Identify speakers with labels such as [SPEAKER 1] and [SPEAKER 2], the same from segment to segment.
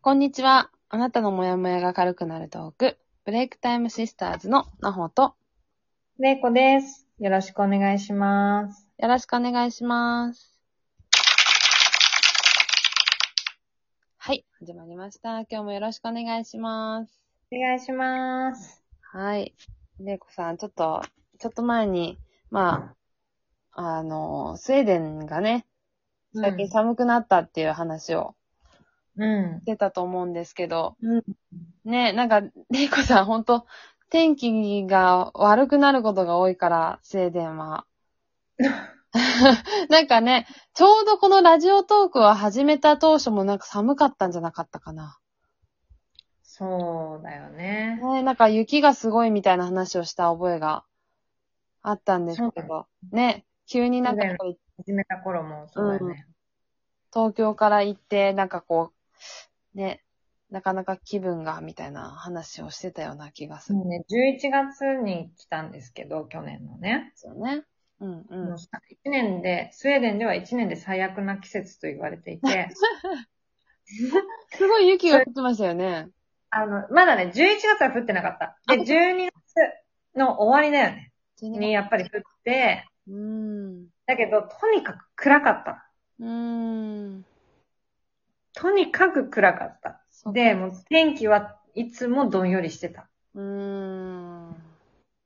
[SPEAKER 1] こんにちは。あなたのモヤモヤが軽くなるトーク、ブレイクタイムシスターズのなほと、
[SPEAKER 2] れいこです。よろしくお願いします。
[SPEAKER 1] よろしくお願いします。はい、始まりました。今日もよろしくお願いします。
[SPEAKER 2] お願いします。
[SPEAKER 1] はい。れいこさん、ちょっと、ちょっと前に、まあ、あの、スウェーデンがね、最近寒くなったっていう話を
[SPEAKER 2] うん。
[SPEAKER 1] 出たと思うんですけど、
[SPEAKER 2] うん
[SPEAKER 1] ね、なんか、れいこさん、ほんと、天気が悪くなることが多いから、スウェーデン は。なんかね、ちょうどこのラジオトークを始めた当初もなんか寒かったんじゃなかったかな。
[SPEAKER 2] そうだよね。
[SPEAKER 1] ね、なんか雪がすごいみたいな話をした覚えがあったんですけ
[SPEAKER 2] そう
[SPEAKER 1] ど、ね、急になんか
[SPEAKER 2] そうだ
[SPEAKER 1] こう
[SPEAKER 2] 始めた頃もそうだよね。
[SPEAKER 1] 東京から行って、なんかこう、ね、なかなか気分が、みたいな話をしてたような気がするん
[SPEAKER 2] そうね、11月に来たんですけど、去年のね。
[SPEAKER 1] ですよね。うんうん。
[SPEAKER 2] もうさ一年で、スウェーデンでは1年で最悪な季節と言われてい て、
[SPEAKER 1] すごい雪が降ってましたよね。
[SPEAKER 2] あの、まだね、11月は降ってなかった。で、12月の終わりだよね。にやっぱり降って、
[SPEAKER 1] うーん。
[SPEAKER 2] だけど、とにかく暗かった。
[SPEAKER 1] うーん。
[SPEAKER 2] とにかく暗かった。
[SPEAKER 1] そっか
[SPEAKER 2] で、もう天気はいつもどんよりしてた。
[SPEAKER 1] うーん。う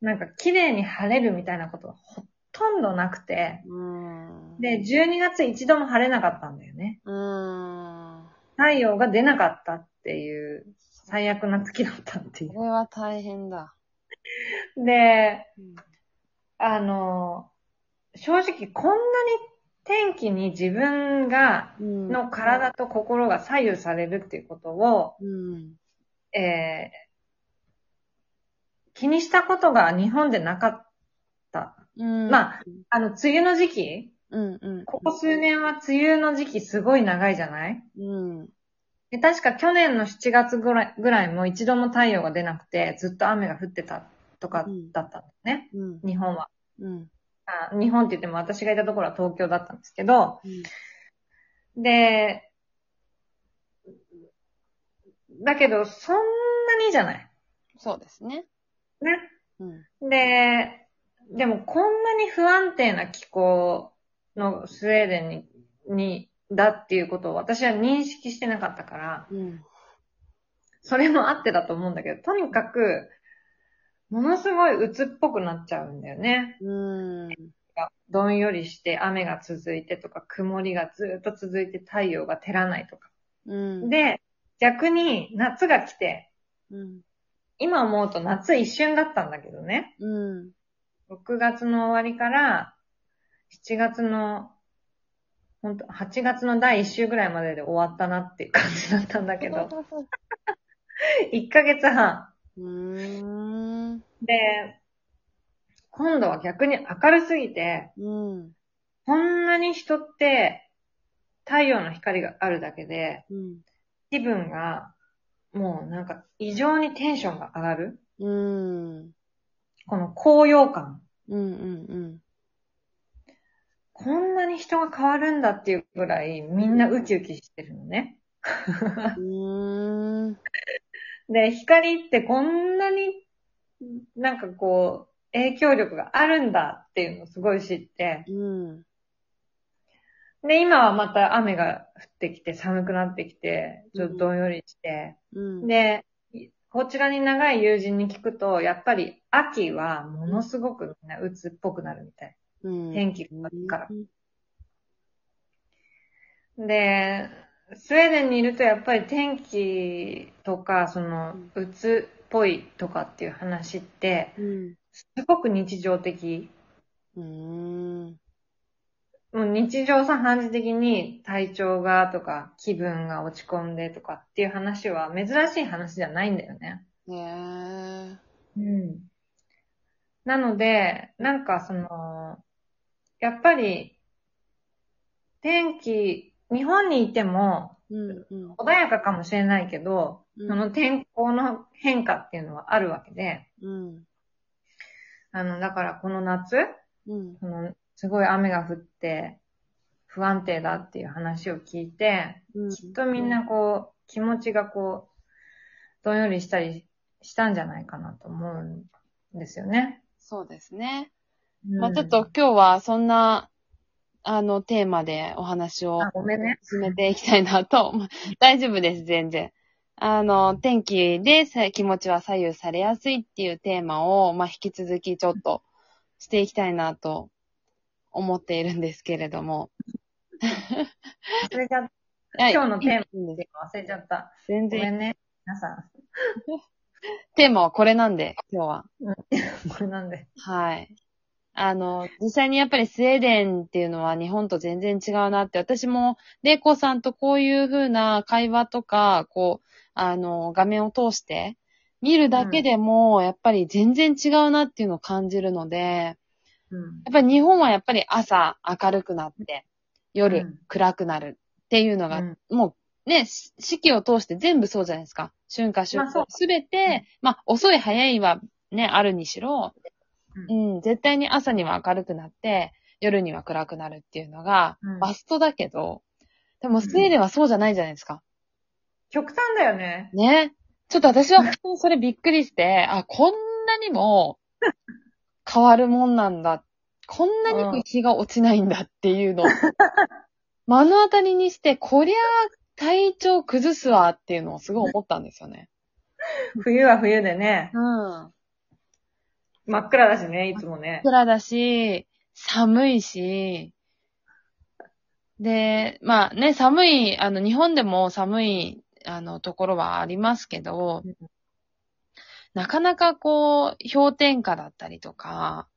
[SPEAKER 2] なんか綺麗に晴れるみたいなことはほとんどなくて、
[SPEAKER 1] ーん。
[SPEAKER 2] で、12月一度も晴れなかったんだよね。
[SPEAKER 1] うーん。
[SPEAKER 2] 太陽が出なかったっていう最悪な月だったってい
[SPEAKER 1] これは大変だ。
[SPEAKER 2] う。で、
[SPEAKER 1] うん
[SPEAKER 2] あの、正直こんなに天気に自分が、
[SPEAKER 1] うん
[SPEAKER 2] の体と心が左右されるっていうことを、
[SPEAKER 1] うん。
[SPEAKER 2] えー気にしたことが日本でなかった。
[SPEAKER 1] うん。
[SPEAKER 2] まあ、あの、梅雨の時期
[SPEAKER 1] うんうん。
[SPEAKER 2] ここ数年は梅雨の時期すごい長いじゃない
[SPEAKER 1] うん。
[SPEAKER 2] で確か去年の7月ぐらいぐらいも一度も太陽が出なくてずっと雨が降ってたとかだったんだよね、
[SPEAKER 1] うん。
[SPEAKER 2] 日本は
[SPEAKER 1] うん。
[SPEAKER 2] あ。日本って言っても私がいたところは東京だったんですけど、
[SPEAKER 1] うん
[SPEAKER 2] で、だけどそんなにじゃない。
[SPEAKER 1] そうですね。
[SPEAKER 2] ね。
[SPEAKER 1] うん。
[SPEAKER 2] で、でもこんなに不安定な気候のスウェーデンに、に、だっていうことを私は認識してなかったから、
[SPEAKER 1] うん。
[SPEAKER 2] それもあってだと思うんだけど、とにかく、ものすごい鬱っぽくなっちゃうんだよね。
[SPEAKER 1] うん。
[SPEAKER 2] どんよりして雨が続いてとか、曇りがずっと続いて太陽が照らないとか。
[SPEAKER 1] うん。
[SPEAKER 2] で、逆に夏が来て、
[SPEAKER 1] うん。
[SPEAKER 2] 今思うと夏一瞬だったんだけどね。
[SPEAKER 1] うん。
[SPEAKER 2] 6月の終わりから、7月の、本当8月の第1週ぐらいまでで終わったなっていう感じだったんだけ ど、1ヶ月半。
[SPEAKER 1] うーん。
[SPEAKER 2] で、今度は逆に明るすぎて、
[SPEAKER 1] うん。
[SPEAKER 2] こんなに人って、太陽の光があるだけで、
[SPEAKER 1] うん。
[SPEAKER 2] 気分が、もうなんか異常にテンションが上がる。
[SPEAKER 1] うん。
[SPEAKER 2] この高揚感。
[SPEAKER 1] うんうん
[SPEAKER 2] こんなに人が変わるんだっていうぐらい、みんなウキウキしてるのね。
[SPEAKER 1] うん。うーん。
[SPEAKER 2] で、光ってこんなになんかこう、影響力があるんだっていうのをすごい知って。
[SPEAKER 1] うん。
[SPEAKER 2] で、今はまた雨が降ってきて寒くなってきて、ちょっとどんよりして。
[SPEAKER 1] うん。
[SPEAKER 2] で、こちらに長い友人に聞くと、やっぱり秋はものすごくみんな鬱っぽくなるみたい。
[SPEAKER 1] うん、
[SPEAKER 2] 天気が悪いから。で、スウェーデンにいるとやっぱり天気とか、その
[SPEAKER 1] うん、
[SPEAKER 2] 鬱っぽいとかっていう話って、
[SPEAKER 1] うん。
[SPEAKER 2] すごく日常的。
[SPEAKER 1] うん。
[SPEAKER 2] もう日常茶飯事的に体調がとか気分が落ち込んでとかっていう話は珍しい話じゃないんだよね。
[SPEAKER 1] ね
[SPEAKER 2] うん。なので、なんかその、やっぱり天気、日本にいても
[SPEAKER 1] え。うん。うん。
[SPEAKER 2] 穏やかかもしれないけど、
[SPEAKER 1] うん
[SPEAKER 2] その天候の変化っていうのはあるわけで、
[SPEAKER 1] うん。
[SPEAKER 2] あの、だからこの夏、
[SPEAKER 1] うん。
[SPEAKER 2] そのすごい雨が降って、不安定だっていう話を聞いて、
[SPEAKER 1] うん
[SPEAKER 2] きっとみんなこう、気持ちがこう、どんよりしたりしたんじゃないかなと思うんですよね。
[SPEAKER 1] そうですね。
[SPEAKER 2] うん
[SPEAKER 1] まあちょっと、今日はそんな、あの、テーマでお話を
[SPEAKER 2] あごめんね。
[SPEAKER 1] 進めていきたいなと思う。大丈夫です、全然。あの、天気でさ気持ちは左右されやすいっていうテーマを、まあ、引き続きちょっとしていきたいなと思っているんですけれども。
[SPEAKER 2] 忘れちゃった。
[SPEAKER 1] はい
[SPEAKER 2] 今日のテーマ
[SPEAKER 1] いいんです
[SPEAKER 2] 忘れちゃった。
[SPEAKER 1] 全
[SPEAKER 2] ごめ
[SPEAKER 1] 然、
[SPEAKER 2] んね。皆さん。
[SPEAKER 1] テーマはこれなんで、今日は。
[SPEAKER 2] これなんで。
[SPEAKER 1] はい。あの、実際にやっぱりスウェーデンっていうのは日本と全然違うなって、私も、玲子さんとこういう風な会話とか、こう、あの、画面を通して、見るだけでも、やっぱり全然違うなっていうのを感じるので、
[SPEAKER 2] うん。
[SPEAKER 1] やっぱり日本はやっぱり朝明るくなって、
[SPEAKER 2] う
[SPEAKER 1] 夜
[SPEAKER 2] ん
[SPEAKER 1] 暗くなるっていうのが、
[SPEAKER 2] うん
[SPEAKER 1] もうね、し四季を通して全部そうじゃないですか。春夏秋
[SPEAKER 2] まあそう
[SPEAKER 1] 冬。すべ
[SPEAKER 2] う
[SPEAKER 1] て、まあ遅い早いはね、あるにしろ、
[SPEAKER 2] う
[SPEAKER 1] うん、絶対に朝には明るくなって、夜には暗くなるっていうのが、
[SPEAKER 2] うん
[SPEAKER 1] バストだけど、でもスウェーデンはそうじゃないじゃないですか。
[SPEAKER 2] 極端だよね。
[SPEAKER 1] ね。ちょっと私は本当にそれびっくりして、あ、こんなにも変わるもんなんだ。こんなにも日が落ちないんだっていう のを、目の当たりにして、こりゃ体調崩すわっていうのをすごい思ったんですよね。
[SPEAKER 2] 冬は冬でね。
[SPEAKER 1] うん。
[SPEAKER 2] 真っ暗だしね、いつもね。
[SPEAKER 1] 暗だし、寒いし、で、まあね、寒い、あの、日本でも寒い、あの、ところはありますけど
[SPEAKER 2] うん、
[SPEAKER 1] なかなかこう、氷点下だったりとか、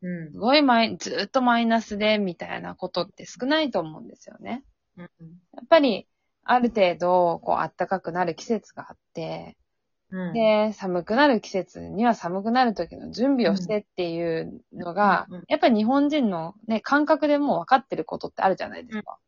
[SPEAKER 2] うん
[SPEAKER 1] す。ごいマイ、ずーっとマイナスで、みたいなことって少ないと思うんですよね。
[SPEAKER 2] うん
[SPEAKER 1] やっぱり、ある程度、こう、暖かくなる季節があって、
[SPEAKER 2] うん。
[SPEAKER 1] で、寒くなる季節には寒くなる時の準備をしてっていうのが、
[SPEAKER 2] うんうん
[SPEAKER 1] やっぱり日本人のね、感覚でもう分かってることってあるじゃないですか。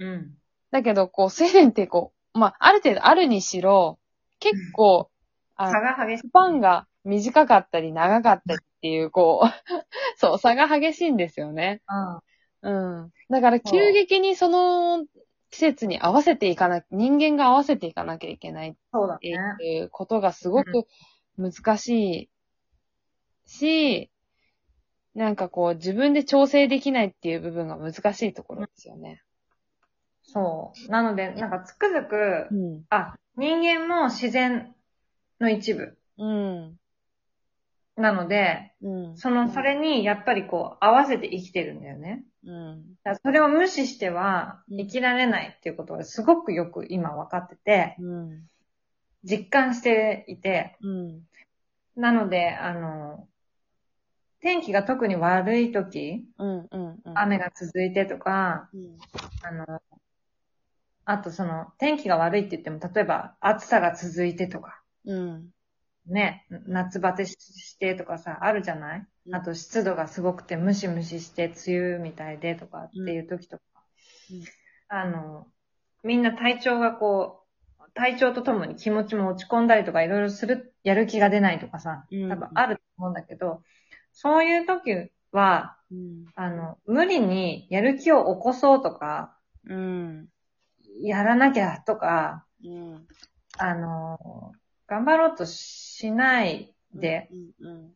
[SPEAKER 2] うん。
[SPEAKER 1] だけど、こう、スウェーデンってこう、まあ、ある程度あるにしろ、結構、あ
[SPEAKER 2] 差
[SPEAKER 1] の、
[SPEAKER 2] が激しい
[SPEAKER 1] ス。パンが短かったり長かったりっていう、こう、そう、 差が激しいんですよね。
[SPEAKER 2] うん
[SPEAKER 1] うん。だから、
[SPEAKER 2] そう
[SPEAKER 1] 急激にその季節に合わせていかな、人間が合わせていかなきゃいけない
[SPEAKER 2] そうだ
[SPEAKER 1] って
[SPEAKER 2] ね。
[SPEAKER 1] いうことがすごく難しいし、なんかこう自分で調整できないっていう部分が難しいところですよね。
[SPEAKER 2] そう。なので、なんかつくづく、
[SPEAKER 1] ん。
[SPEAKER 2] あ、人間も自然の一部。
[SPEAKER 1] うん。
[SPEAKER 2] なので、
[SPEAKER 1] うん。
[SPEAKER 2] その、それにやっぱりこう、合わせて生きてるんだよね。
[SPEAKER 1] うん。
[SPEAKER 2] だからそれを無視しては
[SPEAKER 1] うん
[SPEAKER 2] 生きられないっていうことがすごくよく今分かってて、
[SPEAKER 1] うん。
[SPEAKER 2] 実感していて、
[SPEAKER 1] うん。
[SPEAKER 2] なので、あの、天気が特に悪い時、
[SPEAKER 1] うん。うん。
[SPEAKER 2] 雨が続いてとか、
[SPEAKER 1] うん。
[SPEAKER 2] あの、あとその、天気が悪いって言っても、例えば暑さが続いてとか、
[SPEAKER 1] うん。
[SPEAKER 2] ね、夏バテししてとかさ、あるじゃない
[SPEAKER 1] うん
[SPEAKER 2] あと湿度がすごくてムシムシして梅雨みたいでとかっていう時とか、
[SPEAKER 1] うん
[SPEAKER 2] あの、みんな体調がこう、体調とともに気持ちも落ち込んだりとかいろいろする、やる気が出ないとかさ、
[SPEAKER 1] うん
[SPEAKER 2] 多分あると思うんだけど、そういう時は、
[SPEAKER 1] うん。
[SPEAKER 2] あの、無理にやる気を起こそうとか、
[SPEAKER 1] うん。
[SPEAKER 2] やらなきゃとか、
[SPEAKER 1] うん。
[SPEAKER 2] あの、頑張ろうとしないで、
[SPEAKER 1] うん。うん。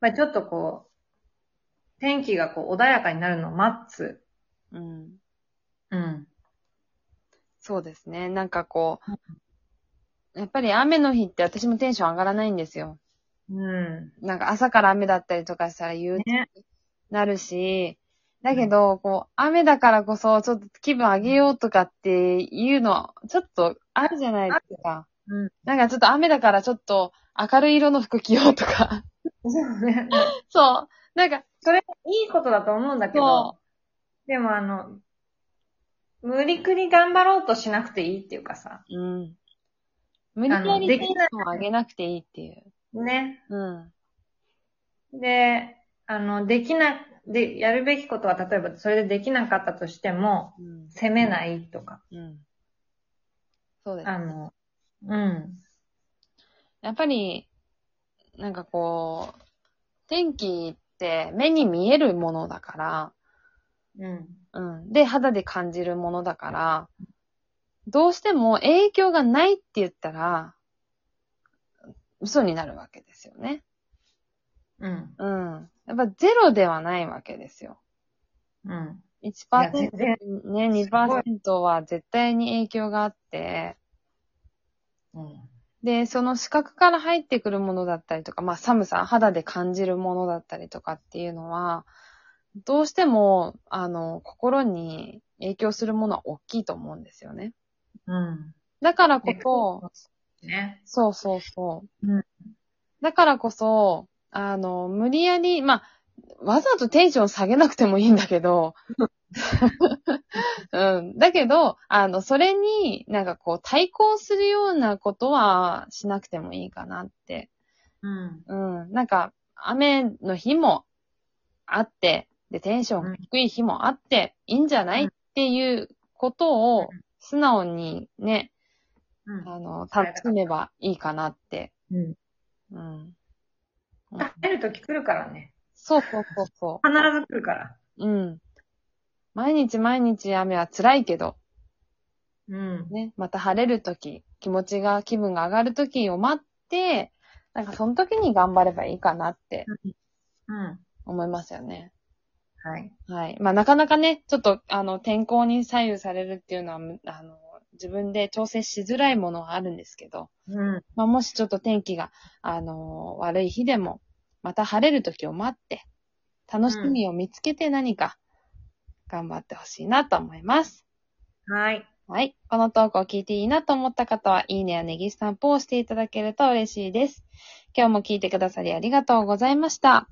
[SPEAKER 2] まあ、ちょっとこう、天気がこう穏やかになるのを待つ。
[SPEAKER 1] うん。
[SPEAKER 2] うん。
[SPEAKER 1] そうですね。なんかこう、やっぱり雨の日って私もテンション上がらないんですよ。
[SPEAKER 2] うん。
[SPEAKER 1] なんか朝から雨だったりとかしたら憂鬱に
[SPEAKER 2] ね
[SPEAKER 1] なるし、だけど、こう、雨だからこそ、ちょっと気分上げようとかっていうのは、ちょっとあるじゃないですか。
[SPEAKER 2] うん。
[SPEAKER 1] なんかちょっと雨だからちょっと明るい色の服着ようとか。
[SPEAKER 2] そうね。
[SPEAKER 1] そう。なんか、
[SPEAKER 2] いいことだと思うんだけ
[SPEAKER 1] そ
[SPEAKER 2] ど、でもあの、無理くり頑張ろうとしなくていいっていうかさ、
[SPEAKER 1] うん。無理やり
[SPEAKER 2] で
[SPEAKER 1] テ
[SPEAKER 2] き
[SPEAKER 1] ンシ
[SPEAKER 2] ない
[SPEAKER 1] ョン上げなくていいっていう。
[SPEAKER 2] ね。
[SPEAKER 1] うん。
[SPEAKER 2] で、あの、できな、で、やるべきことは、例えばそれでできなかったとしても、
[SPEAKER 1] うん。
[SPEAKER 2] 責めないとか、
[SPEAKER 1] うん。そうです。
[SPEAKER 2] あの、うん。
[SPEAKER 1] やっぱり、なんかこう、天気って目に見えるものだから、
[SPEAKER 2] うん。
[SPEAKER 1] うん。で、肌で感じるものだから、どうしても影響がないって言ったら、嘘になるわけですよね。
[SPEAKER 2] うん。
[SPEAKER 1] うん。やっぱゼロではないわけですよ。
[SPEAKER 2] うん。いや全
[SPEAKER 1] 1%、
[SPEAKER 2] 然、
[SPEAKER 1] ね、2%は絶対に影響があって、
[SPEAKER 2] うん。
[SPEAKER 1] で、その視覚から入ってくるものだったりとか、まあ寒さ、肌で感じるものだったりとかっていうのは、どうしても、あの、心に影響するものは大きいと思うんですよね。
[SPEAKER 2] う
[SPEAKER 1] だからこ
[SPEAKER 2] で
[SPEAKER 1] そ、
[SPEAKER 2] ん。ね。
[SPEAKER 1] そうそうそう。
[SPEAKER 2] うん
[SPEAKER 1] だからこそ、あの、無理やり、まあ、わざとテンション下げなくてもいいんだけど、うん。だけど、あの、それになんかこう対抗するようなことはしなくてもいいかなって。
[SPEAKER 2] うん。
[SPEAKER 1] うん。なんか、雨の日もあって、で、テンション低い日もあって、いいんじゃない、
[SPEAKER 2] うん
[SPEAKER 1] っていうこと
[SPEAKER 2] うん
[SPEAKER 1] を素直にね、
[SPEAKER 2] うん。
[SPEAKER 1] あの、楽しめばいいかなって。
[SPEAKER 2] うん。
[SPEAKER 1] うん。
[SPEAKER 2] 耐えるとき来るからね。
[SPEAKER 1] そうそうそうそ
[SPEAKER 2] 必ず来るから。
[SPEAKER 1] う。うん。毎日毎日雨は辛いけど、
[SPEAKER 2] うん。
[SPEAKER 1] ね、また晴れるとき、気持ちが、気分が上がるときを待って、なんかその時に頑張ればいいかなって
[SPEAKER 2] うん。
[SPEAKER 1] 思いますよね。
[SPEAKER 2] はい。
[SPEAKER 1] はい。まあなかなかね、ちょっとあの天候に左右されるっていうのは、むあの、自分で調整しづらいものはあるんですけど、
[SPEAKER 2] うん。
[SPEAKER 1] まあ、もしちょっと天気が、あのー悪い日でも、また晴れる時を待って、楽しみを見つけて何か、頑張ってほしいなと思います。
[SPEAKER 2] はい。
[SPEAKER 1] はい。このトークを聞いていいなと思った方は、いいねやネギスタンプを押していただけると嬉しいです。今日も聞いてくださりありがとうございました。